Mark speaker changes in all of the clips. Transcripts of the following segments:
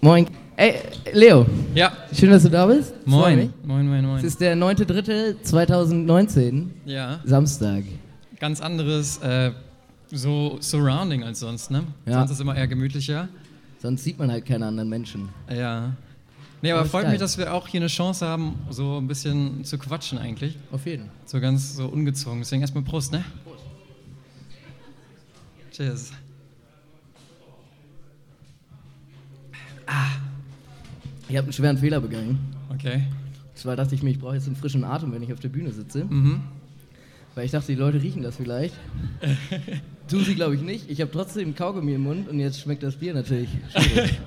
Speaker 1: Moin. Ey, Leo,
Speaker 2: Ja,
Speaker 1: schön, dass du da bist. Freut mich.
Speaker 2: moin. Moin, moin,
Speaker 1: Es
Speaker 2: moin.
Speaker 1: ist der 9.3.2019,
Speaker 2: Ja,
Speaker 1: Samstag.
Speaker 2: ganz anderes äh, so Surrounding als sonst, ne?
Speaker 1: Ja.
Speaker 2: Sonst ist immer eher gemütlicher.
Speaker 1: Sonst sieht man halt keine anderen Menschen.
Speaker 2: Ja. Nee, aber
Speaker 1: Aber ist
Speaker 2: freut
Speaker 1: geil.
Speaker 2: mich, dass wir auch hier eine Chance haben, so ein bisschen zu quatschen eigentlich.
Speaker 1: Auf jeden Fall.
Speaker 2: So ganz so ungezwungen. Deswegen erstmal Prost, ne? Prost. Cheers.
Speaker 1: Ich habe einen schweren Fehler begangen.
Speaker 2: Okay.
Speaker 1: Und zwar dachte ich mir, ich brauche jetzt einen frischen Atem, wenn ich auf der Bühne sitze.
Speaker 2: Mhm.
Speaker 1: Weil ich dachte, die Leute riechen das vielleicht. Tun sie, glaube ich, nicht. Ich habe trotzdem Kaugummi im Mund und jetzt schmeckt das Bier natürlich. schwierig.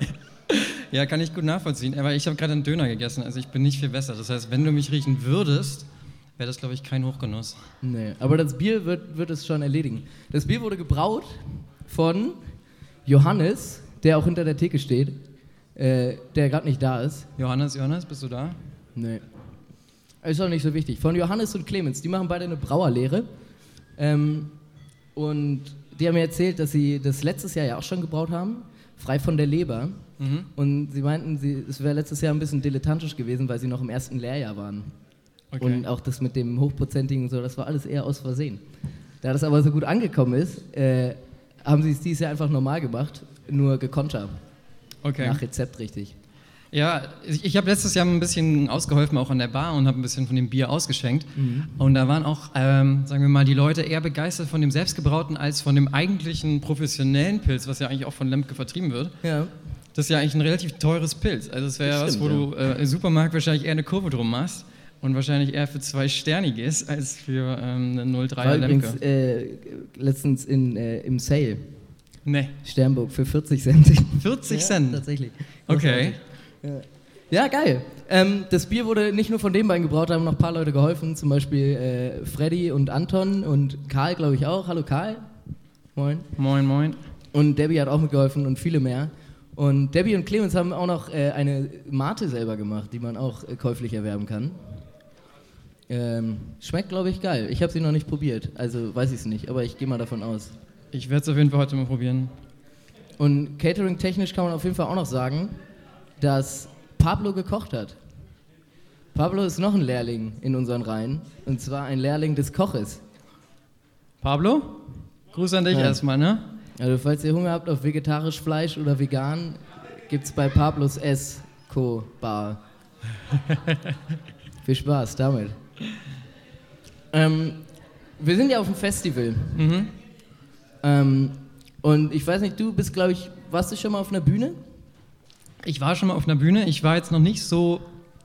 Speaker 2: Ja, kann ich gut nachvollziehen. Aber ich habe gerade einen Döner gegessen, also ich bin nicht viel besser. Das heißt, wenn du mich riechen würdest, wäre das, glaube ich, kein Hochgenuss.
Speaker 1: nee, aber das Bier wird, wird es schon erledigen. Das Bier wurde gebraut von Johannes, der auch hinter der Theke steht, äh, der gerade nicht da ist.
Speaker 2: Johannes, Johannes, bist du da?
Speaker 1: Nee. Ist auch nicht so wichtig. Von Johannes und Clemens, die machen beide eine Brauerlehre. Ähm, und die haben mir erzählt, dass sie das letztes Jahr ja auch schon gebraut haben, frei von der Leber.
Speaker 2: Mhm.
Speaker 1: Und sie meinten, sie, es wäre letztes Jahr ein bisschen dilettantisch gewesen, weil sie noch im ersten Lehrjahr waren.
Speaker 2: Okay.
Speaker 1: Und auch das mit dem Hochprozentigen und so, das war alles eher aus Versehen. Da das aber so gut angekommen ist, äh, haben sie es dieses Jahr einfach normal gemacht, nur gekonter.
Speaker 2: okay.
Speaker 1: Nach Rezept richtig.
Speaker 2: Ja, ich, ich habe letztes Jahr ein bisschen ausgeholfen, auch an der Bar, und habe ein bisschen von dem Bier ausgeschenkt.
Speaker 1: Mhm.
Speaker 2: Und da waren auch, ähm, sagen wir mal, die Leute eher begeistert von dem selbstgebrauten als von dem eigentlichen professionellen Pilz, was ja eigentlich auch von Lemke vertrieben wird.
Speaker 1: Ja.
Speaker 2: Das ist ja eigentlich ein relativ teures Pilz. Also es wäre ja
Speaker 1: Das
Speaker 2: was, wo
Speaker 1: stimmt,
Speaker 2: du äh, im Supermarkt wahrscheinlich eher eine Kurve drum machst und wahrscheinlich eher für zwei Sterne gehst, als für ähm, eine 03er
Speaker 1: War übrigens
Speaker 2: Lemke.
Speaker 1: äh, letztens in, äh, im Sale,
Speaker 2: Nee,
Speaker 1: Sternburg, für 40 Cent.
Speaker 2: 40
Speaker 1: Ja,
Speaker 2: Cent.
Speaker 1: Tatsächlich.
Speaker 2: Okay.
Speaker 1: Ja, geil. Ähm, das Bier wurde nicht nur von den beiden gebraut, da haben noch ein paar Leute geholfen, zum Beispiel äh, Freddy und Anton und Karl, glaube ich, auch. Hallo Karl. Moin.
Speaker 2: Moin, moin.
Speaker 1: Und Debbie hat auch mitgeholfen und viele mehr. Und Debbie und Clemens haben auch noch äh, eine Mate selber gemacht, die man auch äh, käuflich erwerben kann. Ähm, schmeckt, glaube ich, geil. Ich habe sie noch nicht probiert, also weiß ich es nicht, aber ich gehe mal davon aus.
Speaker 2: Ich werde es auf jeden Fall heute mal probieren.
Speaker 1: Und catering-technisch kann man auf jeden Fall auch noch sagen, dass Pablo gekocht hat. Pablo ist noch ein Lehrling in unseren Reihen. Und zwar ein Lehrling des Koches.
Speaker 2: Pablo, Gruß an dich
Speaker 1: Ja.
Speaker 2: erstmal, ne?
Speaker 1: Also, falls ihr Hunger habt auf vegetarisch Fleisch oder vegan, gibt's bei Pablos S. Co. Bar. Viel Spaß damit. Ähm, wir sind ja auf dem Festival.
Speaker 2: Mhm.
Speaker 1: Ähm, und ich weiß nicht, du bist, glaube ich, warst du schon mal auf einer Bühne?
Speaker 2: Ich war schon mal auf einer Bühne. Ich war jetzt noch nicht so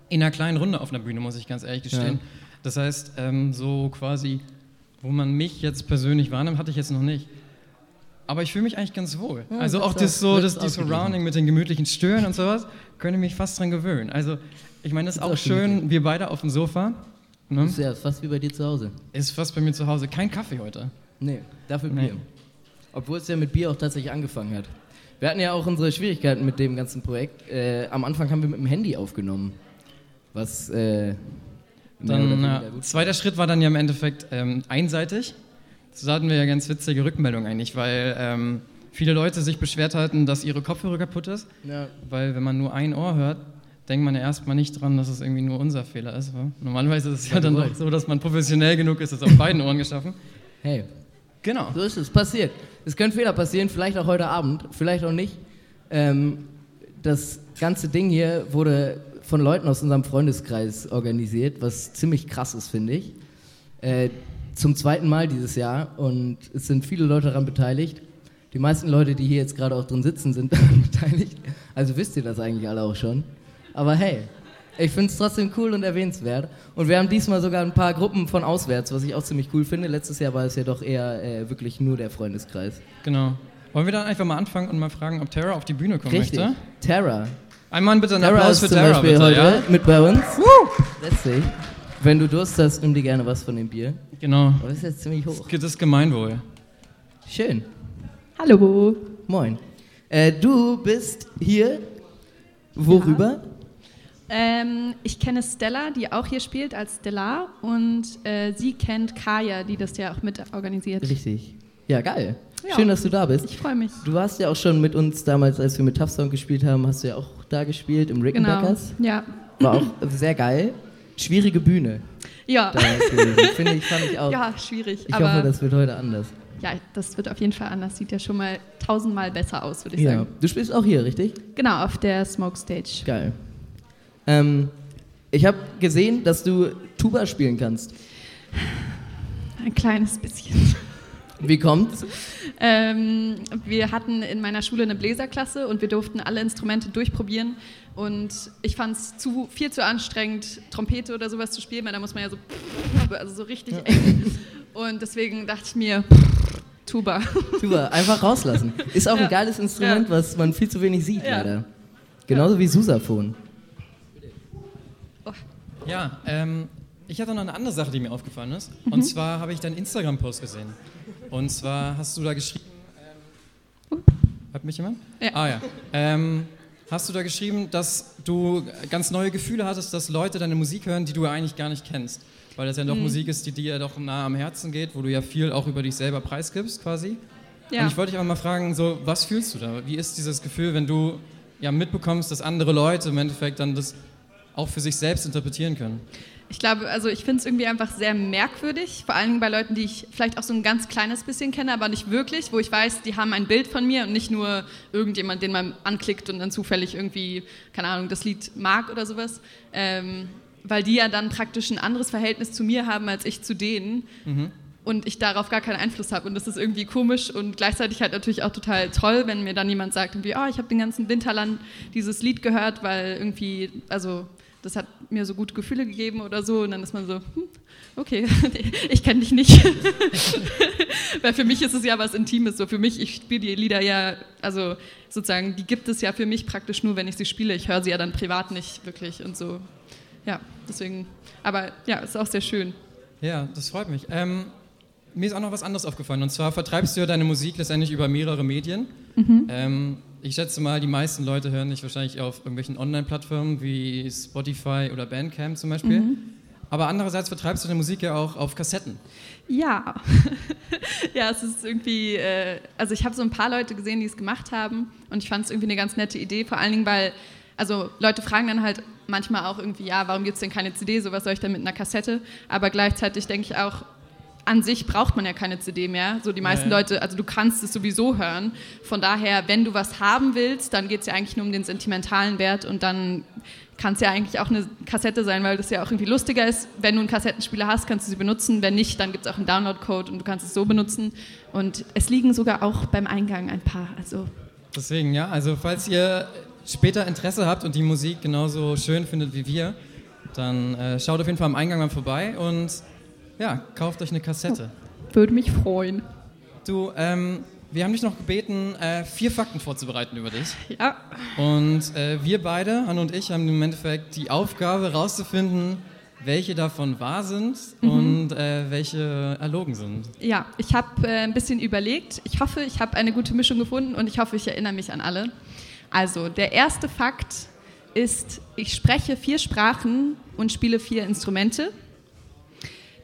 Speaker 2: in einer kleinen Runde auf einer Bühne, muss ich ganz ehrlich gestehen.
Speaker 1: Ja.
Speaker 2: Das heißt, ähm, so quasi, wo man mich jetzt persönlich wahrnimmt, hatte ich jetzt noch nicht. Aber ich fühle mich eigentlich ganz wohl.
Speaker 1: Ja,
Speaker 2: also auch
Speaker 1: wird's
Speaker 2: das
Speaker 1: auch-
Speaker 2: so,
Speaker 1: wird's
Speaker 2: das die
Speaker 1: ausgeglichen.
Speaker 2: Surrounding mit den gemütlichen Stören und sowas, könnte mich fast dran gewöhnen. Also ich meine, das ist
Speaker 1: Ist
Speaker 2: auch
Speaker 1: auch
Speaker 2: schön,
Speaker 1: gemütlich.
Speaker 2: wir beide auf dem Sofa. Ne?
Speaker 1: Ist ja fast wie bei dir zu Hause.
Speaker 2: Ist fast bei mir zu Hause. Kein Kaffee heute.
Speaker 1: Nee, dafür
Speaker 2: Nee.
Speaker 1: Bier. Obwohl es ja mit Bier auch tatsächlich angefangen hat. Wir hatten ja auch unsere Schwierigkeiten mit dem ganzen Projekt. Äh, am Anfang haben wir mit dem Handy aufgenommen. Was äh, mehr oder
Speaker 2: Dann,
Speaker 1: weniger
Speaker 2: äh,
Speaker 1: gut-
Speaker 2: zweiter Schritt war dann ja im Endeffekt ähm, einseitig. So hatten wir ja ganz witzige Rückmeldungen eigentlich, weil ähm, viele Leute sich beschwert hatten, dass ihre Kopfhörer kaputt ist,
Speaker 1: ja,
Speaker 2: weil wenn man nur ein Ohr hört, denkt man ja erstmal nicht dran, dass es irgendwie nur unser Fehler ist. wa? Normalerweise ist es ja dann doch so, dass man professionell genug ist, das auf beiden Ohren geschaffen.
Speaker 1: hey,
Speaker 2: Genau.
Speaker 1: so ist es. Passiert. Es können Fehler passieren, vielleicht auch heute Abend, vielleicht auch nicht. Ähm, das ganze Ding hier wurde von Leuten aus unserem Freundeskreis organisiert, was ziemlich krass ist, finde ich. Äh, zum zweiten Mal dieses Jahr und es sind viele Leute daran beteiligt. Die meisten Leute, die hier jetzt gerade auch drin sitzen, sind daran beteiligt. Also wisst ihr das eigentlich alle auch schon. Aber hey, ich finde es trotzdem cool und erwähnenswert. Und wir haben diesmal sogar ein paar Gruppen von auswärts, was ich auch ziemlich cool finde. Letztes Jahr war es ja doch eher äh, wirklich nur der Freundeskreis.
Speaker 2: genau. Wollen wir dann einfach mal anfangen und mal fragen, ob Tara auf die Bühne kommen
Speaker 1: Richtig.
Speaker 2: möchte?
Speaker 1: Terra.
Speaker 2: Einmal bitte einen
Speaker 1: Terra
Speaker 2: Applaus
Speaker 1: ist
Speaker 2: für
Speaker 1: zum
Speaker 2: Tara,
Speaker 1: Beispiel
Speaker 2: bitte,
Speaker 1: heute
Speaker 2: ja?
Speaker 1: mit bei uns. Letztlich. Wenn du Durst hast, nimm dir gerne was von dem Bier.
Speaker 2: Genau.
Speaker 1: Aber das ist jetzt ziemlich hoch.
Speaker 2: Das ist Gemeinwohl.
Speaker 1: Schön.
Speaker 3: Hallo.
Speaker 1: Moin. Äh, du bist hier. Worüber?
Speaker 3: Ähm, ich kenne Stella, die auch hier spielt als Stella und äh, sie kennt Kaya, die das ja auch mit organisiert.
Speaker 1: Richtig. Ja, geil.
Speaker 3: Ja.
Speaker 1: Schön, dass du da bist.
Speaker 3: Ich freue mich.
Speaker 1: Du warst ja auch schon mit uns damals, als wir mit Tough Sound gespielt haben, hast du ja auch da gespielt im
Speaker 3: Genau.
Speaker 1: Rickenbackers.
Speaker 3: Ja.
Speaker 1: War auch sehr geil. Schwierige Bühne.
Speaker 3: Ja.
Speaker 1: Da gewesen. Finde ich, fand ich auch.
Speaker 3: Ja, schwierig.
Speaker 1: ich
Speaker 3: aber
Speaker 1: hoffe, das wird heute anders.
Speaker 3: ja, das wird auf jeden Fall anders. Sieht ja schon mal tausendmal besser aus, würde ich
Speaker 1: Ja.
Speaker 3: sagen.
Speaker 1: Du spielst auch hier, richtig?
Speaker 3: Genau, auf der Smoke Stage.
Speaker 1: Geil. Ähm, ich habe gesehen, dass du Tuba spielen kannst.
Speaker 3: Ein kleines bisschen.
Speaker 1: Wie kommt's?
Speaker 3: Ähm, wir hatten in meiner Schule eine Bläserklasse und wir durften alle Instrumente durchprobieren. Und ich fand es zu, viel zu anstrengend, Trompete oder sowas zu spielen, weil da muss man ja so, also so richtig eng. Und deswegen dachte ich mir, Tuba.
Speaker 1: Tuba, einfach rauslassen. Ist auch
Speaker 3: Ja.
Speaker 1: ein geiles Instrument,
Speaker 3: Ja.
Speaker 1: was man viel zu wenig sieht,
Speaker 3: Ja.
Speaker 1: leider. Genauso wie Susaphon.
Speaker 2: Ja, ähm, ich hatte noch eine andere Sache, die mir aufgefallen ist.
Speaker 3: Mhm.
Speaker 2: Und zwar habe ich deinen Instagram-Post gesehen. Und zwar hast du da geschrieben. Ähm, hört mich jemand?
Speaker 3: Ja.
Speaker 2: Ah ja. Ähm, hast du da geschrieben, dass du ganz neue Gefühle hattest, dass Leute deine Musik hören, die du ja eigentlich gar nicht kennst? Weil das ja
Speaker 3: Mhm.
Speaker 2: doch Musik ist, die dir doch nah am Herzen geht, wo du ja viel auch über dich selber preisgibst quasi.
Speaker 3: Ja.
Speaker 2: Und ich wollte dich auch mal fragen, so, was fühlst du da? Wie ist dieses Gefühl, wenn du ja mitbekommst, dass andere Leute im Endeffekt dann das auch für sich selbst interpretieren können?
Speaker 3: Ich glaube, also ich finde es irgendwie einfach sehr merkwürdig, vor allen Dingen bei Leuten, die ich vielleicht auch so ein ganz kleines bisschen kenne, aber nicht wirklich, wo ich weiß, die haben ein Bild von mir und nicht nur irgendjemand, den man anklickt und dann zufällig irgendwie, keine Ahnung, das Lied mag oder sowas. Ähm, weil die ja dann praktisch ein anderes Verhältnis zu mir haben als ich zu denen und ich darauf gar keinen Einfluss habe. Und das ist irgendwie komisch und gleichzeitig halt natürlich auch total toll, wenn mir dann jemand sagt, irgendwie, oh, ich habe den ganzen Winter lang dieses Lied gehört, weil irgendwie, also das hat mir so gute Gefühle gegeben oder so. Und dann ist man so, hm, okay, ich kenne dich nicht. weil für mich ist es ja was Intimes. So für mich, ich spiele die Lieder ja, also sozusagen, die gibt es ja für mich praktisch nur, wenn ich sie spiele. Ich höre sie ja dann privat nicht wirklich und so. Ja, deswegen, aber ja, ist auch sehr schön.
Speaker 2: Ja, das freut mich. Ähm, mir ist auch noch was anderes aufgefallen. Und zwar vertreibst du ja deine Musik letztendlich über mehrere Medien. Ähm, ich schätze mal, die meisten Leute hören dich wahrscheinlich auf irgendwelchen Online-Plattformen wie Spotify oder Bandcamp zum Beispiel. Aber andererseits vertreibst du deine Musik ja auch auf Kassetten.
Speaker 3: Ja, ja, es ist irgendwie, äh, also ich habe so ein paar Leute gesehen, die es gemacht haben und ich fand es irgendwie eine ganz nette Idee, vor allen Dingen, weil, also Leute fragen dann halt manchmal auch irgendwie, ja, warum gibt es denn keine CD, so was soll ich denn mit einer Kassette, aber gleichzeitig denke ich auch, an sich braucht man ja keine CD mehr, so die meisten
Speaker 2: ja.
Speaker 3: Leute, also du kannst es sowieso hören, von daher, wenn du was haben willst, dann geht es ja eigentlich nur um den sentimentalen Wert und dann kann es ja eigentlich auch eine Kassette sein, weil das ja auch irgendwie lustiger ist. Wenn du einen Kassettenspieler hast, kannst du sie benutzen. Wenn nicht, dann gibt es auch einen Download-Code und du kannst es so benutzen. Und es liegen sogar auch beim Eingang ein paar. Also
Speaker 2: Deswegen, ja, also falls ihr später Interesse habt und die Musik genauso schön findet wie wir, dann äh, schaut auf jeden Fall am Eingang mal vorbei und ja, kauft euch eine Kassette.
Speaker 3: würde mich freuen.
Speaker 2: Du, ähm, wir haben dich noch gebeten, äh, vier Fakten vorzubereiten über dich.
Speaker 3: Ja,
Speaker 2: Und äh, wir beide, Anne und ich, haben im Endeffekt die Aufgabe herauszufinden, welche davon wahr sind und äh, welche erlogen sind.
Speaker 3: ja ich habe äh, ein bisschen überlegt. Ich hoffe, ich habe eine gute Mischung gefunden und ich hoffe, ich erinnere mich an alle. Also, der erste Fakt ist, ich spreche vier Sprachen und spiele vier Instrumente.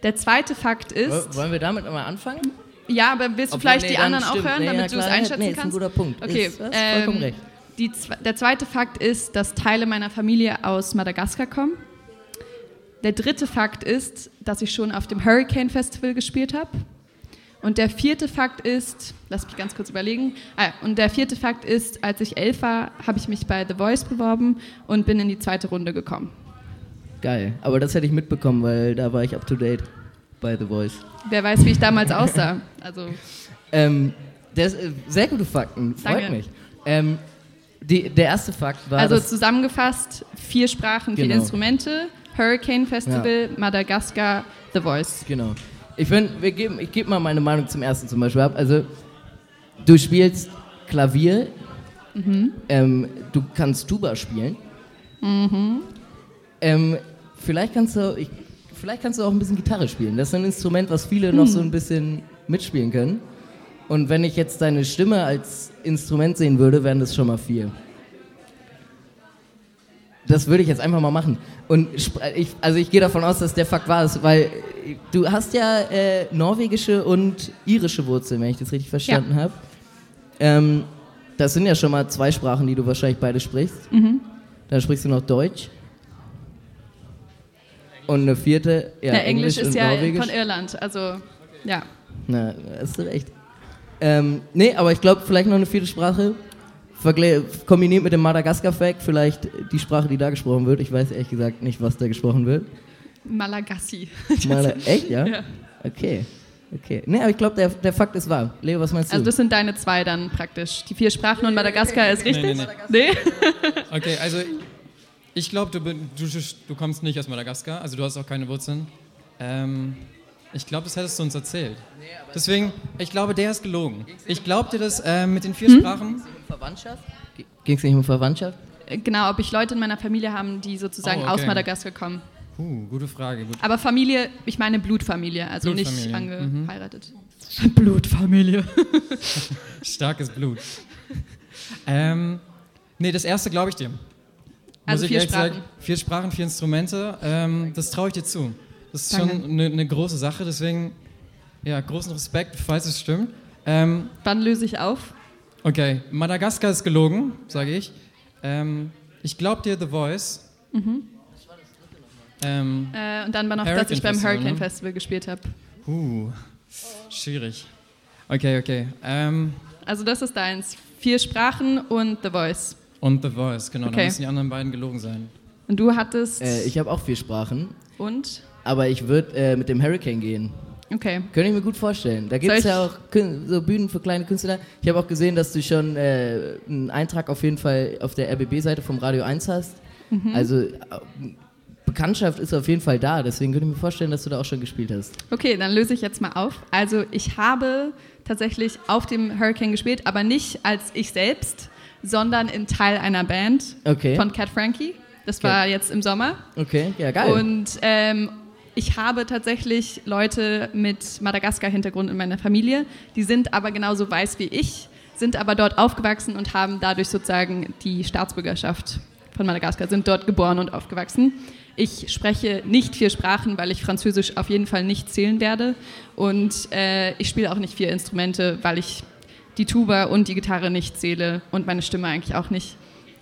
Speaker 3: Der zweite Fakt ist.
Speaker 1: Wollen wir damit nochmal anfangen?
Speaker 3: Ja, aber willst du
Speaker 1: Obwohl,
Speaker 3: vielleicht
Speaker 1: nee,
Speaker 3: die
Speaker 1: dann
Speaker 3: anderen auch
Speaker 1: stimmt.
Speaker 3: hören,
Speaker 1: Nee,
Speaker 3: damit
Speaker 1: ja,
Speaker 3: du es
Speaker 1: klar,
Speaker 3: einschätzen
Speaker 1: nee, ist ein
Speaker 3: kannst?
Speaker 1: guter Punkt.
Speaker 3: Okay,
Speaker 1: Ist- hast
Speaker 3: ähm,
Speaker 1: vollkommen recht.
Speaker 3: Die, zwe- der zweite Fakt ist, dass Teile meiner Familie aus Madagaskar kommen. Der dritte Fakt ist, dass ich schon auf dem Hurricane Festival gespielt habe. Und der vierte Fakt ist, lass mich ganz kurz überlegen. Ah, ja, und der vierte Fakt ist, als ich elf war, habe ich mich bei The Voice beworben und bin in die zweite Runde gekommen.
Speaker 1: Geil. Aber das hätte ich mitbekommen, weil da war ich up to date bei The Voice.
Speaker 3: Wer weiß, wie ich damals aussah. Also
Speaker 1: Ähm, das, äh, sehr gute Fakten, freut
Speaker 3: Danke.
Speaker 1: mich. Ähm, die, der erste Fakt war.
Speaker 3: Also
Speaker 1: dass-
Speaker 3: zusammengefasst, vier Sprachen, vier
Speaker 1: Genau.
Speaker 3: Instrumente, Hurricane Festival, Madagaskar, The Voice.
Speaker 1: Genau. Ich find, wir geben, ich gebe mal meine Meinung zum ersten zum Beispiel ab. Also, du spielst Klavier, ähm, du kannst Tuba spielen. Ähm, vielleicht, kannst du, ich, vielleicht kannst du auch ein bisschen Gitarre spielen. Das ist ein Instrument, was viele noch so ein bisschen mitspielen können. Und wenn ich jetzt deine Stimme als Instrument sehen würde, wären das schon mal vier. das würde ich jetzt einfach mal machen. Und sp- ich, also ich gehe davon aus, dass der Fakt wahr ist, weil du hast ja äh, norwegische und irische Wurzeln, wenn ich das richtig verstanden habe. Ähm, das sind ja schon mal zwei Sprachen, die du wahrscheinlich beide sprichst.
Speaker 3: Mhm.
Speaker 1: Dann sprichst du noch Deutsch. Und eine vierte, ja,
Speaker 3: Ja, Englisch,
Speaker 1: und
Speaker 3: ist ja
Speaker 1: Norwegisch.
Speaker 3: von Irland, also ja.
Speaker 1: Na, hast du recht. Ähm, nee, aber ich glaube, vielleicht noch eine vierte Sprache. Vergle kombiniert mit dem Madagaskar-Fact, vielleicht die Sprache, die da gesprochen wird. Ich weiß ehrlich gesagt nicht, was da gesprochen wird.
Speaker 3: Malagasy.
Speaker 1: Mala Echt, ja?
Speaker 3: Ja.
Speaker 1: Okay. Okay. Nee, aber ich glaube, der, der Fakt ist wahr. Leo, was meinst du?
Speaker 3: Also das sind deine zwei dann praktisch. Die vier Sprachen und Madagaskar ist
Speaker 2: nee,
Speaker 3: richtig? Nee?
Speaker 2: Okay, also ich glaube, du, bin- du, du kommst nicht aus Madagaskar, also du hast auch keine Wurzeln. Ähm, ich glaube, das hättest du uns erzählt. Deswegen, ich glaube, der ist gelogen. Ich glaube dir das äh, mit den vier Sprachen.
Speaker 1: Verwandtschaft? Ging es nicht um Verwandtschaft?
Speaker 3: Genau, ob ich Leute in meiner Familie haben, die sozusagen
Speaker 2: Oh, okay.
Speaker 3: aus Madagaskar kommen.
Speaker 2: Puh, gute Frage. Gut.
Speaker 3: Aber Familie, ich meine Blutfamilie, also nicht
Speaker 2: Blutfamilie,
Speaker 3: angeheiratet.
Speaker 1: Mhm.
Speaker 2: Blutfamilie. Starkes Blut. Ähm, nee, das erste glaube ich dir.
Speaker 3: Also
Speaker 2: ich
Speaker 3: vier
Speaker 2: ehrlich
Speaker 3: Sprachen.
Speaker 2: sagen, vier Sprachen, vier Instrumente, ähm, das traue ich dir zu. Das ist
Speaker 3: Danke.
Speaker 2: schon eine eine große Sache, deswegen, ja, großen Respekt, falls es stimmt. Ähm,
Speaker 3: Wann löse ich auf?
Speaker 2: okay, Madagaskar ist gelogen, sage ich. Ähm, ich glaube dir The Voice.
Speaker 3: Mhm.
Speaker 2: Ähm,
Speaker 3: Äh, und dann war noch, dass
Speaker 2: Hurricane
Speaker 3: ich beim
Speaker 2: Festival,
Speaker 3: Hurricane
Speaker 2: ne?
Speaker 3: Festival gespielt habe.
Speaker 2: uh, schwierig. Okay, okay. Ähm,
Speaker 3: Also das ist deins. Vier Sprachen und The Voice.
Speaker 2: und The Voice, genau, da
Speaker 3: Okay.
Speaker 2: müssen die anderen beiden gelogen sein.
Speaker 3: Und du hattest
Speaker 1: Äh, ich habe auch vier Sprachen,
Speaker 3: und?
Speaker 1: aber ich würde äh, mit dem Hurricane gehen.
Speaker 3: Okay.
Speaker 1: Könnte ich mir gut vorstellen. Da gibt es
Speaker 3: Soll ich-
Speaker 1: ja auch Kün so Bühnen für kleine Künstler. Ich habe auch gesehen, dass du schon äh, einen Eintrag auf jeden Fall auf der RBB-Seite vom Radio 1 hast.
Speaker 3: Mhm.
Speaker 1: Also äh, Bekanntschaft ist auf jeden Fall da. Deswegen könnte ich mir vorstellen, dass du da auch schon gespielt hast.
Speaker 3: Okay, dann löse ich jetzt mal auf. Also ich habe tatsächlich auf dem Hurricane gespielt, aber nicht als ich selbst, sondern in Teil einer Band
Speaker 1: Okay.
Speaker 3: von Cat Frankie. Das
Speaker 1: Okay.
Speaker 3: war jetzt im Sommer.
Speaker 1: Okay, ja geil.
Speaker 3: Und ähm, ich habe tatsächlich Leute mit Madagaskar-Hintergrund in meiner Familie. Die sind aber genauso weiß wie ich, sind aber dort aufgewachsen und haben dadurch sozusagen die Staatsbürgerschaft von Madagaskar, sind dort geboren und aufgewachsen. Ich spreche nicht vier Sprachen, weil ich Französisch auf jeden Fall nicht zählen werde. Und äh, ich spiele auch nicht vier Instrumente, weil ich die Tuba und die Gitarre nicht zähle und meine Stimme eigentlich auch nicht.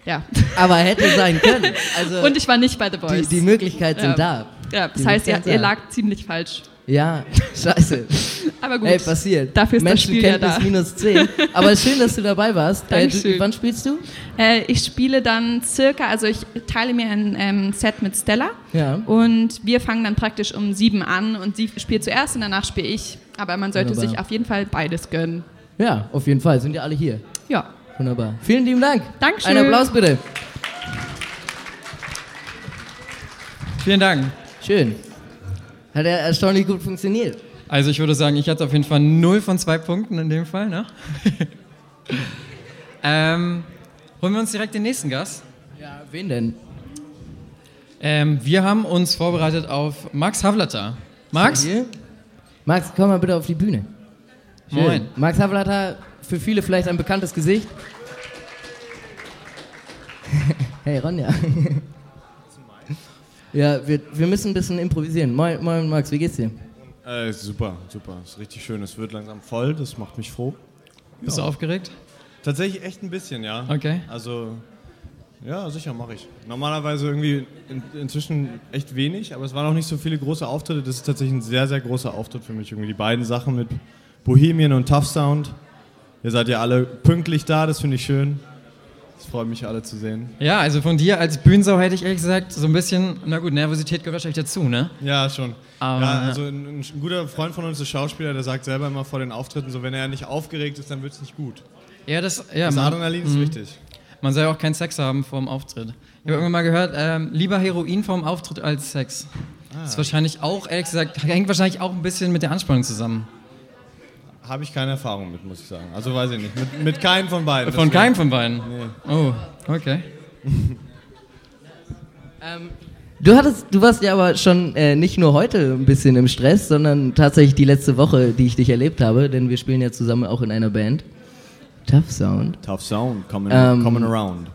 Speaker 3: Ja.
Speaker 1: aber hätte sein können. Also
Speaker 3: Und ich war nicht bei The
Speaker 1: die,
Speaker 3: Voice.
Speaker 1: die Möglichkeiten sind
Speaker 3: Ja.
Speaker 1: da.
Speaker 3: Ähm, Ja, das
Speaker 1: Die
Speaker 3: heißt,
Speaker 1: sind
Speaker 3: ihr,
Speaker 1: ganz
Speaker 3: ihr
Speaker 1: da.
Speaker 3: lagt ziemlich falsch.
Speaker 1: Ja, scheiße.
Speaker 3: Aber gut.
Speaker 1: Ey, passiert.
Speaker 3: Dafür ist das
Speaker 1: Menschen
Speaker 3: Spiel ja da.
Speaker 1: minus 10. Aber schön, dass du dabei warst. Äh,
Speaker 3: Dankeschön.
Speaker 1: du, wann spielst du?
Speaker 3: Äh, ich spiele dann circa, also ich teile mir ein ähm, Set mit Stella
Speaker 1: Ja.
Speaker 3: und wir fangen dann praktisch um sieben an und sie spielt zuerst und danach spiele ich. Aber man sollte
Speaker 1: Wunderbar.
Speaker 3: sich auf jeden Fall beides gönnen.
Speaker 1: Ja, auf jeden Fall. Sind ja alle hier.
Speaker 3: Ja.
Speaker 1: Wunderbar. Vielen lieben Dank.
Speaker 3: Dankeschön.
Speaker 1: Einen Applaus bitte.
Speaker 2: Vielen Dank.
Speaker 1: Schön. Hat er erstaunlich gut funktioniert.
Speaker 2: Also ich würde sagen, ich hatte auf jeden Fall 0 von 2 Punkten in dem Fall. Ne? ähm, holen wir uns direkt den nächsten Gast.
Speaker 1: Ja, wen denn?
Speaker 2: Ähm, wir haben uns vorbereitet auf Max Havlatter. Max?
Speaker 1: Hier? Max, komm mal bitte auf die Bühne. Schön.
Speaker 2: Moin.
Speaker 1: Max Havlatter, für viele vielleicht ein bekanntes Gesicht. hey Ronja. ja, wir, wir müssen ein bisschen improvisieren. Moin, moin Max, wie geht's dir?
Speaker 4: Äh, super, super. Ist richtig schön. Es wird langsam voll, das macht mich froh.
Speaker 2: Bist du aufgeregt?
Speaker 4: Tatsächlich echt ein bisschen, ja.
Speaker 2: Okay.
Speaker 4: Also, ja, sicher mache ich. Normalerweise irgendwie in, inzwischen echt wenig, aber es waren auch nicht so viele große Auftritte. Das ist tatsächlich ein sehr, sehr großer Auftritt für mich. Irgendwie die beiden Sachen mit Bohemian und Tough Sound. Ihr seid ja alle pünktlich da, das finde ich schön. Es freut mich, alle zu sehen.
Speaker 2: Ja, also von dir als Bühnensau hätte ich ehrlich gesagt so ein bisschen, na gut, Nervosität gehört wahrscheinlich dazu, ne?
Speaker 4: Ja, schon.
Speaker 2: Aber-
Speaker 4: ja, also ein, ein guter Freund von uns ist Schauspieler, der sagt selber immer vor den Auftritten, so wenn er nicht aufgeregt ist, dann wird es nicht gut.
Speaker 2: Ja, Mhm. das, ja,
Speaker 4: Das
Speaker 2: man,
Speaker 4: Adrenalin ist wichtig.
Speaker 2: man soll ja auch keinen Sex haben vor dem Auftritt. Ich habe irgendwann mal gehört, ähm, lieber Heroin vor dem Auftritt als Sex.
Speaker 4: Ah.
Speaker 2: Das ist wahrscheinlich auch, ehrlich gesagt, hängt wahrscheinlich auch ein bisschen mit der Anspannung zusammen.
Speaker 4: Habe ich keine Erfahrung mit, muss ich sagen. Also weiß ich nicht. Mit, mit keinem von beiden.
Speaker 2: Von
Speaker 4: Deswegen-
Speaker 2: keinem von beiden? Oh, okay.
Speaker 1: Du hattest, du warst ja aber schon äh, nicht nur heute ein bisschen im Stress, sondern tatsächlich die letzte Woche, die ich dich erlebt habe, denn wir spielen ja zusammen auch in einer Band. Tough Sound.
Speaker 4: Tough Sound, coming,
Speaker 1: Ähm,
Speaker 4: coming around.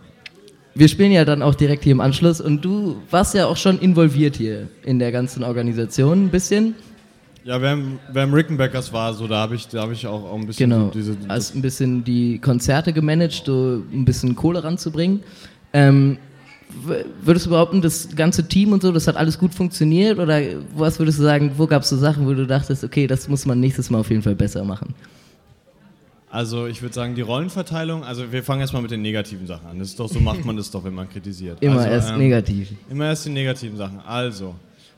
Speaker 1: wir spielen ja dann auch direkt hier im Anschluss und du warst ja auch schon involviert hier in der ganzen Organisation ein bisschen.
Speaker 4: Ja, wer im, wer im Rickenbackers war, so da habe ich, da hab ich auch, auch ein bisschen
Speaker 1: Genau.
Speaker 4: Also diese.
Speaker 1: Hast ein bisschen die Konzerte gemanagt, so ein bisschen Kohle ranzubringen. Ähm, w- würdest du behaupten, das ganze Team und so, das hat alles gut funktioniert? Oder was würdest du sagen, wo gab es so Sachen, wo du dachtest, okay, das muss man nächstes Mal auf jeden Fall besser machen?
Speaker 4: Also ich würde sagen, die Rollenverteilung, also wir fangen erstmal mit den negativen Sachen an. Das ist doch so, macht man das doch, wenn man kritisiert.
Speaker 1: Immer
Speaker 4: also,
Speaker 1: erst
Speaker 4: ähm,
Speaker 1: negativ.
Speaker 4: Immer erst die negativen Sachen. Also,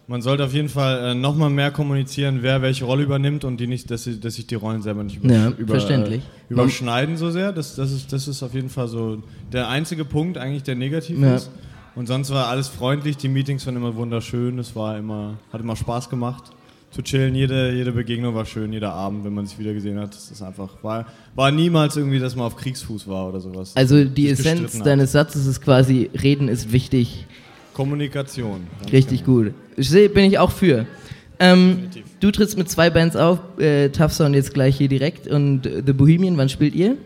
Speaker 4: man sollte auf jeden Fall äh, nochmal mehr kommunizieren, wer welche Rolle übernimmt und die nicht, dass, sie, dass sich die Rollen selber nicht über,
Speaker 1: Ja,
Speaker 4: über,
Speaker 1: verständlich.
Speaker 4: Äh, überschneiden so sehr. Das, das, ist, das ist auf jeden Fall so der einzige Punkt eigentlich, der negativ
Speaker 1: Ja.
Speaker 4: ist. Und sonst war alles freundlich, die Meetings waren immer wunderschön, es war immer, hat immer Spaß gemacht zu chillen. Jede, jede Begegnung war schön, jeder Abend, wenn man sich wieder gesehen hat. Das ist einfach, war, war niemals irgendwie, dass man auf Kriegsfuß war oder sowas.
Speaker 1: Also die
Speaker 4: Sich
Speaker 1: Essenz
Speaker 4: gestritten also. hat.
Speaker 1: deines Satzes ist quasi, reden ist wichtig,
Speaker 4: Kommunikation. ganz genau.
Speaker 1: Richtig gut. Ich seh, bin ich auch für. Ähm,
Speaker 4: Definitiv.
Speaker 1: du trittst mit zwei Bands auf, äh, Tough Sound jetzt gleich hier direkt und äh, The Bohemian, wann spielt ihr?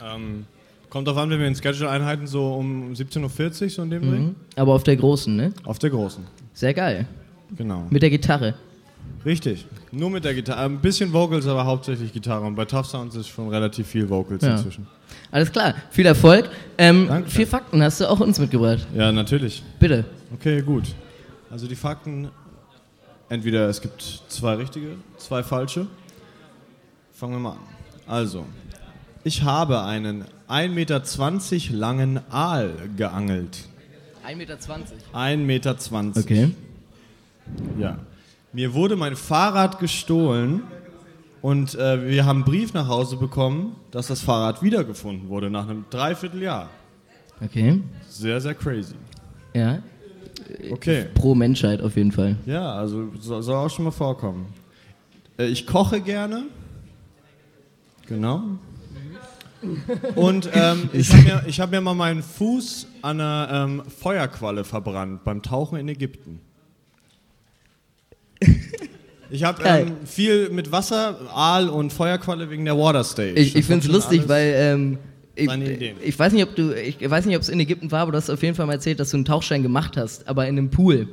Speaker 4: Ähm, kommt drauf an, wenn wir den Schedule einhalten, so um 17.40 Uhr, so in dem Dreh.
Speaker 1: Mhm. Aber auf der großen, ne?
Speaker 4: Auf der großen,
Speaker 1: Sehr geil.
Speaker 4: genau.
Speaker 1: Mit der Gitarre.
Speaker 4: Richtig. Nur mit der Gitarre. Ein bisschen Vocals, aber hauptsächlich Gitarre. Und bei Tough Sounds ist schon relativ viel Vocals
Speaker 1: Ja.
Speaker 4: inzwischen.
Speaker 1: Alles klar, viel Erfolg. Ähm,
Speaker 4: Danke.
Speaker 1: vier Fakten hast du auch uns mitgebracht.
Speaker 4: Ja, natürlich.
Speaker 1: Bitte.
Speaker 4: Okay, gut. Also die Fakten: entweder es gibt zwei richtige, zwei falsche. Fangen wir mal an. Also, ich habe einen 1,20 Meter langen Aal geangelt.
Speaker 1: 1,20 Meter.
Speaker 4: 1,20 Meter.
Speaker 1: Okay.
Speaker 4: Ja. Mir wurde mein Fahrrad gestohlen und äh, wir haben einen Brief nach Hause bekommen, dass das Fahrrad wiedergefunden wurde nach einem Dreivierteljahr.
Speaker 1: Okay.
Speaker 4: Sehr, sehr crazy.
Speaker 1: Ja.
Speaker 4: Okay.
Speaker 1: Pro Menschheit auf jeden Fall.
Speaker 4: Ja, also so- soll auch schon mal vorkommen. Äh, ich koche gerne. Genau. Und ähm, ich habe mir, ich hab mir mal meinen Fuß an einer ähm, Feuerqualle verbrannt beim Tauchen in Ägypten. Ich habe
Speaker 1: Geil.
Speaker 4: ähm, viel mit Wasser, Aal und Feuerqualle wegen der Water Stage.
Speaker 1: Ich, ich
Speaker 4: Das
Speaker 1: finde
Speaker 4: hat
Speaker 1: es
Speaker 4: schon
Speaker 1: lustig,
Speaker 4: alles-
Speaker 1: weil ähm, ich,
Speaker 4: Meine Ideen.
Speaker 1: ich weiß nicht, ob du, ich weiß nicht, ob es in Ägypten war, aber du hast auf jeden Fall mal erzählt, dass du einen Tauchschein gemacht hast, aber in einem Pool.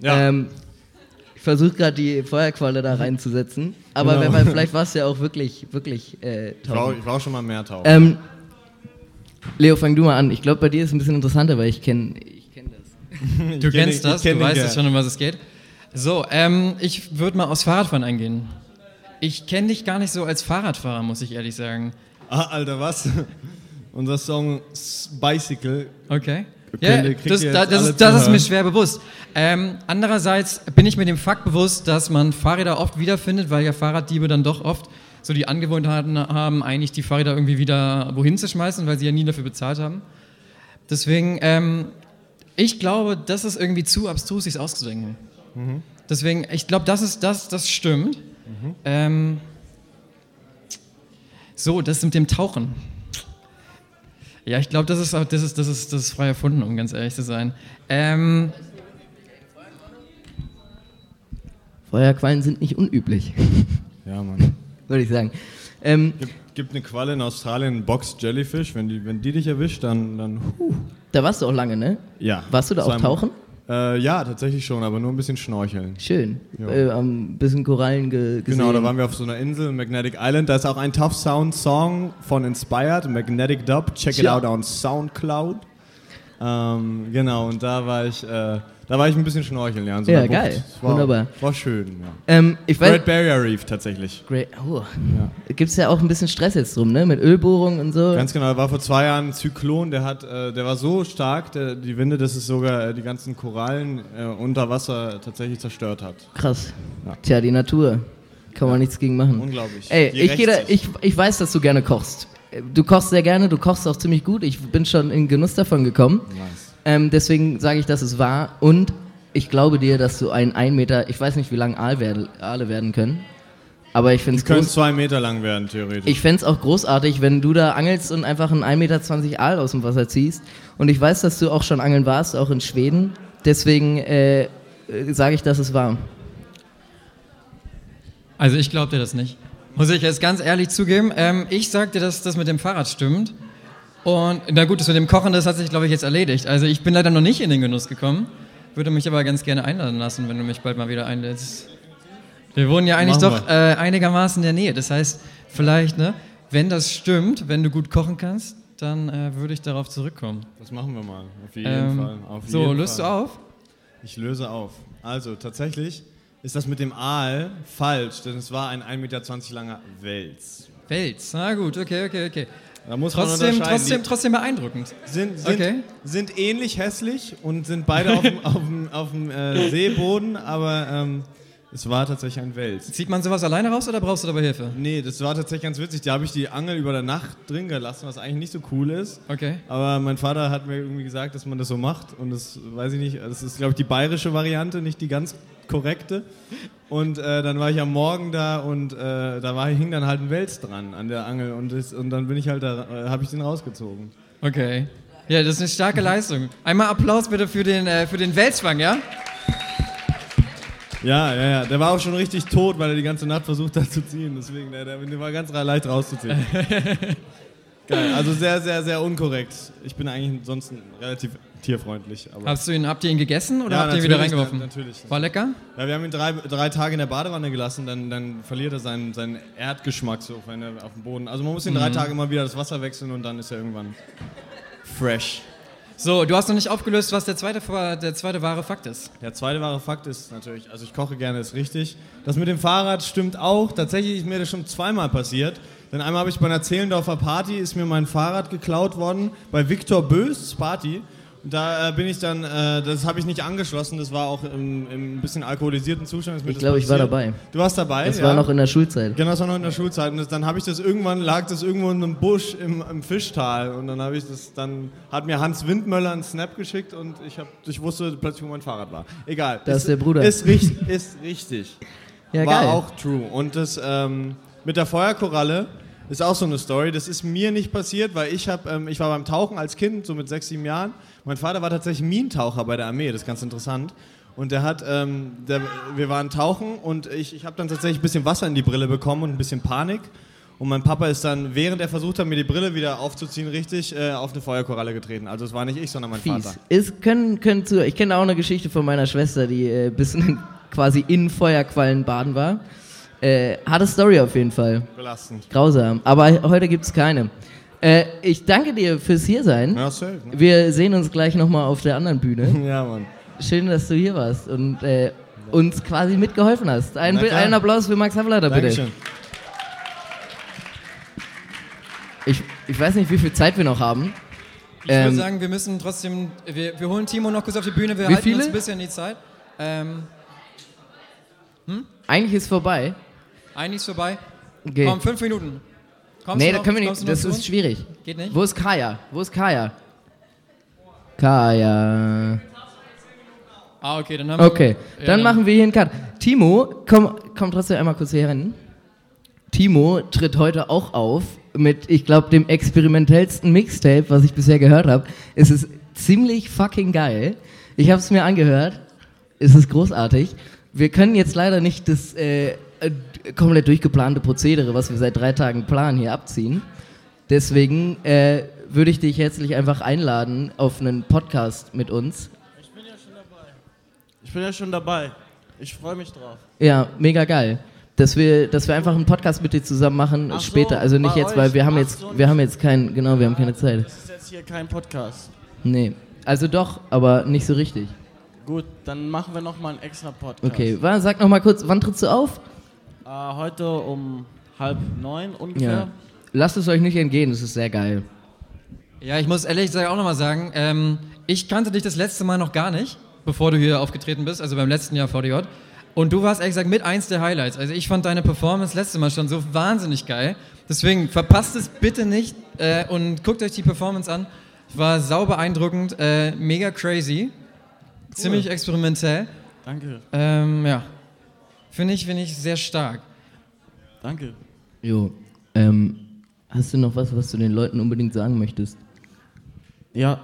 Speaker 4: Ja, Mhm.
Speaker 1: Ähm, ich versuche gerade die Feuerqualle da reinzusetzen, aber
Speaker 4: Genau.
Speaker 1: wer weiß, vielleicht war es ja auch wirklich, wirklich äh,
Speaker 4: ich, war,
Speaker 1: tauchen.
Speaker 4: ich war auch schon mal mehr tauchen.
Speaker 1: Ähm, Leo, fang du mal an. Ich glaube, bei dir ist es ein bisschen interessanter, weil ich kenne ich kenn das.
Speaker 4: Ich
Speaker 2: Du
Speaker 4: kenn
Speaker 2: kennst
Speaker 4: den- ich
Speaker 2: das,
Speaker 4: kenn
Speaker 2: du
Speaker 4: den
Speaker 2: weißt
Speaker 4: Kerl.
Speaker 2: jetzt schon, um was es geht. So, ähm, ich würde mal aufs Fahrradfahren eingehen. Ich kenne dich gar nicht so als Fahrradfahrer, muss ich ehrlich sagen.
Speaker 4: Ah, Alter, was? Unser Song S- Bicycle
Speaker 2: Okay.
Speaker 4: Ihr
Speaker 2: Ja,
Speaker 4: könnt- ihr kriegt
Speaker 2: das,
Speaker 4: jetzt
Speaker 2: da- das,
Speaker 4: alle
Speaker 2: ist, das ist mir
Speaker 4: zuhören.
Speaker 2: schwer bewusst. Ähm, andererseits bin ich mir dem Fakt bewusst, dass man Fahrräder oft wiederfindet, weil ja Fahrraddiebe dann doch oft so die Angewohnheit haben, eigentlich die Fahrräder irgendwie wieder wohin zu schmeißen, weil sie ja nie dafür bezahlt haben. Deswegen, ähm, ich glaube, das ist irgendwie zu abstrus, sich auszudenken.
Speaker 4: Mhm.
Speaker 2: Deswegen, ich glaube, das ist das, das stimmt. Ähm, so, das mit dem Tauchen. Ja, ich glaube, das ist, auch- das, ist, das, ist, das ist frei erfunden, um ganz ehrlich zu sein. Ähm,
Speaker 1: Feuerquallen sind nicht unüblich,
Speaker 4: Ja, Mann.
Speaker 1: würde ich sagen. Ähm,
Speaker 4: Gibt, gibt eine Qualle in Australien, einen Box Jellyfish. Wenn die, wenn die dich erwischt, dann. dann huh.
Speaker 1: da warst du auch lange, ne?
Speaker 4: Ja.
Speaker 1: Warst du da auch
Speaker 4: Zweimal.
Speaker 1: tauchen?
Speaker 4: Äh, ja, tatsächlich schon, aber nur ein bisschen schnorcheln.
Speaker 1: Schön.
Speaker 4: Ja.
Speaker 1: Äh, ein bisschen Korallen ge gesehen.
Speaker 4: Genau, da waren wir auf so einer Insel, Magnetic Island. Da ist auch ein Tough Sound Song von Inspired, Magnetic Dub. Check it
Speaker 1: Tja.
Speaker 4: out on Soundcloud. Ähm, genau, und da war ich, äh, da war ich ein bisschen schnorcheln, ja. in so
Speaker 1: Ja,
Speaker 4: einer Bucht.
Speaker 1: geil.
Speaker 4: Es War,
Speaker 1: Wunderbar.
Speaker 4: War schön, ja.
Speaker 1: ähm, ich weiß,
Speaker 4: Great Barrier Reef tatsächlich.
Speaker 1: Great, oh. Gibt es ja auch ein bisschen Stress jetzt drum, ne? Mit Ölbohrungen und so.
Speaker 4: Ganz genau, da war vor zwei Jahren ein Zyklon, der, hat, äh, der war so stark, der, die Winde, dass es sogar äh, die ganzen Korallen äh, unter Wasser tatsächlich zerstört hat.
Speaker 1: Krass.
Speaker 4: Ja.
Speaker 1: Tja, die Natur. Kann man nichts gegen machen.
Speaker 4: Unglaublich.
Speaker 1: Ey,
Speaker 4: Die
Speaker 1: ich, geh da,
Speaker 4: rächt sich.
Speaker 1: ich, ich weiß, dass du gerne kochst. Du kochst sehr gerne, du kochst auch ziemlich gut. Ich bin schon in Genuss davon gekommen.
Speaker 4: Nice.
Speaker 1: Ähm, deswegen sage ich, dass es wahr. Und ich glaube dir, dass du ein 1 Meter, ich weiß nicht, wie lang Aal werde, Aale werden können, aber ich finde es
Speaker 4: Können
Speaker 1: groß,
Speaker 4: zwei Meter lang werden, theoretisch.
Speaker 1: ich fänd's auch großartig, wenn du da angelst und einfach einen 1,20 Meter Aal aus dem Wasser ziehst. Und ich weiß, dass du auch schon angeln warst, auch in Schweden. Deswegen äh, äh, sage ich, dass es wahr.
Speaker 2: also ich glaube dir das nicht. Muss ich jetzt ganz ehrlich zugeben. Ähm, ich sagte, dass das mit dem Fahrrad stimmt. Und na gut, das mit dem Kochen, das hat sich, glaube ich, jetzt erledigt. Also ich bin leider noch nicht in den Genuss gekommen, würde mich aber ganz gerne einladen lassen, wenn du mich bald mal wieder einlädst. Wir wohnen ja eigentlich
Speaker 4: Machen
Speaker 2: doch äh, einigermaßen in der Nähe. Das heißt, vielleicht, ne, wenn das stimmt, wenn du gut kochen kannst, dann äh, würde ich darauf zurückkommen.
Speaker 4: Das machen wir mal. Auf jeden
Speaker 2: Ähm,
Speaker 4: Fall. Auf
Speaker 2: so,
Speaker 4: jeden
Speaker 2: löst du
Speaker 4: Fall.
Speaker 2: auf?
Speaker 4: Ich löse auf. Also, tatsächlich ist das mit dem Aal falsch, denn es war ein 1,20 Meter langer Wels.
Speaker 2: Wels. Na gut, okay, okay, okay.
Speaker 4: Da muss man
Speaker 2: Trotzdem,
Speaker 4: unterscheiden.
Speaker 2: trotzdem, trotzdem beeindruckend.
Speaker 4: Die sind, sind,
Speaker 2: okay.
Speaker 4: sind ähnlich hässlich und sind beide auf dem, auf dem, auf dem äh, Seeboden, aber ähm, es war tatsächlich ein Wels.
Speaker 2: Zieht man sowas alleine raus oder brauchst du dabei Hilfe?
Speaker 4: Nee, das war tatsächlich ganz witzig. Da habe ich die Angel über der Nacht drin gelassen, was eigentlich nicht so cool ist.
Speaker 2: Okay.
Speaker 4: Aber mein Vater hat mir irgendwie gesagt, dass man das so macht. Und das weiß ich nicht. Das ist, glaube ich, die bayerische Variante, nicht die ganz korrekte. Und äh, dann war ich am Morgen da und äh, da war, hing dann halt ein Wels dran an der Angel. Und, das, und dann bin ich halt da, äh, habe ich den rausgezogen.
Speaker 2: Okay. Ja, das ist eine starke Leistung. Einmal Applaus bitte für den, äh, für den Welsfang, ja?
Speaker 4: Ja, ja, ja. Der war auch schon richtig tot, weil er die ganze Nacht versucht hat zu ziehen. Deswegen, der, der, der war ganz ra- leicht rauszuziehen. Geil. Also sehr, sehr, sehr unkorrekt. Ich bin eigentlich ansonsten relativ tierfreundlich. Aber
Speaker 2: Hast du ihn, habt ihr ihn gegessen oder
Speaker 4: Ja,
Speaker 2: habt ihr ihn wieder
Speaker 4: natürlich,
Speaker 2: reingeworfen?
Speaker 4: na- natürlich.
Speaker 2: War lecker?
Speaker 4: Ja, wir haben ihn drei, drei Tage in der Badewanne gelassen, dann, dann verliert er seinen, seinen Erdgeschmack so, wenn er auf dem Boden. Also man muss ihn
Speaker 2: Mhm.
Speaker 4: drei Tage immer wieder das Wasser wechseln und dann ist er irgendwann fresh.
Speaker 2: So, du hast noch nicht aufgelöst, was der zweite, Fa- der zweite wahre Fakt ist.
Speaker 4: Der zweite wahre Fakt ist natürlich, also ich koche gerne, ist richtig. Das mit dem Fahrrad stimmt auch. Tatsächlich ist mir das schon zweimal passiert. Denn einmal habe ich bei einer Zehlendorfer Party, ist mir mein Fahrrad geklaut worden, bei Viktor Bös Party. Und Da äh, bin ich dann, äh, das habe ich nicht angeschlossen, das war auch im, im bisschen alkoholisierten Zustand. Ist mir
Speaker 1: Ich
Speaker 4: das
Speaker 1: glaube, ich war
Speaker 4: passiert.
Speaker 1: dabei.
Speaker 4: Du warst dabei?
Speaker 1: Das war noch in der Schulzeit.
Speaker 4: Genau, das war noch in der Schulzeit. Und das, dann habe ich das irgendwann, lag das irgendwo in einem Busch im, im Fischtal. Und dann habe ich das, dann hat mir Hans Windmöller einen Snap geschickt und ich, hab, ich wusste plötzlich, wo mein Fahrrad war. Egal.
Speaker 1: Da ist der Bruder.
Speaker 4: Ist, richtig, ist richtig.
Speaker 1: Ja,
Speaker 4: war
Speaker 1: geil.
Speaker 4: auch true. Und das ähm, mit der Feuerkoralle ist auch so eine Story. Das ist mir nicht passiert, weil ich habe, ähm, ich war beim Tauchen als Kind, so mit sechs, sieben Jahren. Mein Vater war tatsächlich Minentaucher bei der Armee, das ist ganz interessant. Und der hat, ähm, der, wir waren tauchen und ich, ich habe dann tatsächlich ein bisschen Wasser in die Brille bekommen und ein bisschen Panik. Und mein Papa ist dann, während er versucht hat, mir die Brille wieder aufzuziehen, richtig äh, auf eine Feuerkoralle getreten. Also es war nicht ich, sondern mein Vater.
Speaker 1: Fies. Ist, können, können zu, ich kenne auch eine Geschichte von meiner Schwester, die äh, bisschen quasi in Feuerquallen baden war. Äh, harte Story auf jeden Fall.
Speaker 4: Belastend.
Speaker 1: Grausam. Aber heute gibt es keine. Äh, ich danke dir fürs Hiersein.
Speaker 4: Ja, safe, ne?
Speaker 1: Wir sehen uns gleich nochmal auf der anderen Bühne.
Speaker 4: Ja, Mann.
Speaker 1: Schön, dass du hier warst und äh, uns quasi mitgeholfen hast. Ein,
Speaker 4: Na klar.
Speaker 1: einen Applaus für Max Havelader, bitte.
Speaker 4: Dankeschön.
Speaker 1: Ich, ich weiß nicht, wie viel Zeit wir noch haben.
Speaker 2: Ich
Speaker 1: Ähm,
Speaker 2: würde sagen, wir müssen trotzdem, wir, wir holen Timo noch kurz auf die Bühne, wir
Speaker 1: Wie
Speaker 2: halten uns
Speaker 1: viele?
Speaker 2: ein bisschen die Zeit. Ähm,
Speaker 1: Eigentlich ist vorbei.
Speaker 2: eigentlich ist vorbei.
Speaker 1: Okay.
Speaker 2: Komm, fünf Minuten. Kommst
Speaker 1: nee,
Speaker 2: du
Speaker 1: da
Speaker 2: noch-
Speaker 1: können wir
Speaker 2: kommst du
Speaker 1: nicht.
Speaker 2: noch
Speaker 1: Das
Speaker 2: zu
Speaker 1: ist
Speaker 2: uns?
Speaker 1: schwierig.
Speaker 2: Geht nicht?
Speaker 1: Wo ist Kaya? Wo ist Kaya? Kaya.
Speaker 2: Ah, okay, dann haben
Speaker 1: Okay,
Speaker 2: wir... Ja,
Speaker 1: dann machen wir hier einen Cut. Timo, komm, komm trotzdem einmal kurz hier hin. Timo tritt heute auch auf mit, ich glaube, dem experimentellsten Mixtape, was ich bisher gehört habe. Es ist ziemlich fucking geil. Ich habe es mir angehört. Es ist großartig. Wir können jetzt leider nicht das äh, äh, komplett durchgeplante Prozedere, was wir seit drei Tagen planen, hier abziehen. Deswegen äh, würde ich dich herzlich einfach einladen auf einen Podcast mit uns.
Speaker 5: Ich bin ja schon dabei. Ich freue mich drauf.
Speaker 1: Ja, mega geil. Dass wir, dass wir einfach einen Podcast mit dir zusammen machen
Speaker 5: Ach so,
Speaker 1: später. also nicht
Speaker 5: bei
Speaker 1: jetzt, weil
Speaker 5: euch.
Speaker 1: wir haben
Speaker 5: Ach
Speaker 1: jetzt,
Speaker 5: so,
Speaker 1: wir
Speaker 5: nicht-
Speaker 1: haben jetzt keinen, genau, wir haben keine Zeit.
Speaker 5: Das ist jetzt hier kein Podcast.
Speaker 1: Nee. Also doch, aber nicht so richtig.
Speaker 5: Gut, dann machen wir nochmal einen extra Podcast.
Speaker 1: Okay, wa- sag noch mal kurz, wann trittst du auf?
Speaker 5: Äh, heute um halb neun ungefähr.
Speaker 1: Lasst es euch nicht entgehen, es ist sehr geil.
Speaker 2: Ja, ich muss ehrlich gesagt auch nochmal sagen, ähm, ich kannte dich das letzte Mal noch gar nicht, bevor du hier aufgetreten bist, also beim letzten Jahr VDJ. Und du warst ehrlich gesagt mit eins der Highlights. Also ich fand deine Performance letztes Mal schon so wahnsinnig geil. Deswegen verpasst es bitte nicht äh, und guckt euch die Performance an. War sau beeindruckend, äh, mega crazy, ziemlich experimentell.
Speaker 5: Danke,
Speaker 2: Ähm, ja, finde ich, finde ich sehr stark.
Speaker 5: danke.
Speaker 1: Jo. Ähm, hast du noch was, was du den Leuten unbedingt sagen möchtest?
Speaker 5: Ja.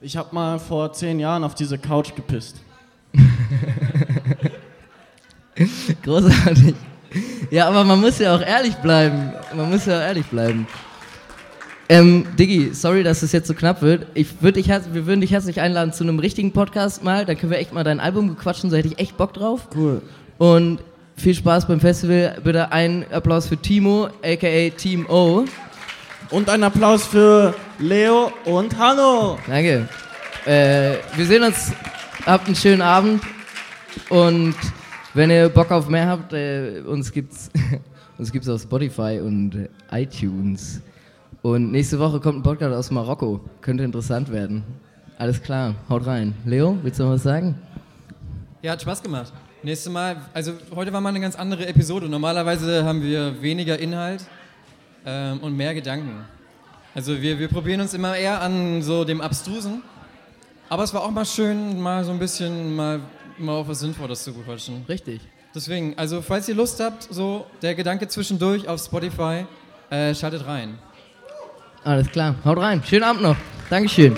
Speaker 5: Ich habe mal vor zehn Jahren auf diese Couch gepisst.
Speaker 1: Großartig. Ja, aber man muss ja auch ehrlich bleiben. Man muss ja auch ehrlich bleiben. Ähm, Diggi, sorry, dass es jetzt so knapp wird. Ich würd dich, herz- wir würden dich herzlich einladen zu einem richtigen Podcast mal. Dann können wir echt mal dein Album bequatschen, so hätte ich echt Bock drauf.
Speaker 5: Cool.
Speaker 1: Und viel Spaß beim Festival. Bitte einen Applaus für Timo, aka Team O.
Speaker 5: Und ein Applaus für Leo und Hanno.
Speaker 1: Danke. Äh, wir sehen uns. Habt einen schönen Abend. Und wenn ihr Bock auf mehr habt, äh, uns gibt's uns gibt's auf Spotify und iTunes. Und nächste Woche kommt ein Podcast aus Marokko. Könnte interessant werden. Alles klar, haut rein. Leo, willst du noch was sagen?
Speaker 2: Ja, hat Spaß gemacht. Nächstes Mal, also heute war mal eine ganz andere Episode. Normalerweise haben wir weniger Inhalt ähm, und mehr Gedanken. Also wir, wir probieren uns immer eher an so dem Abstrusen. Aber es war auch mal schön, mal so ein bisschen mal, mal auf was Sinnvolles zu quatschen.
Speaker 1: Richtig.
Speaker 2: Deswegen, also falls ihr Lust habt, so der Gedanke zwischendurch auf Spotify, äh, schaltet rein.
Speaker 1: Alles klar, haut rein. Schönen Abend noch. Dankeschön.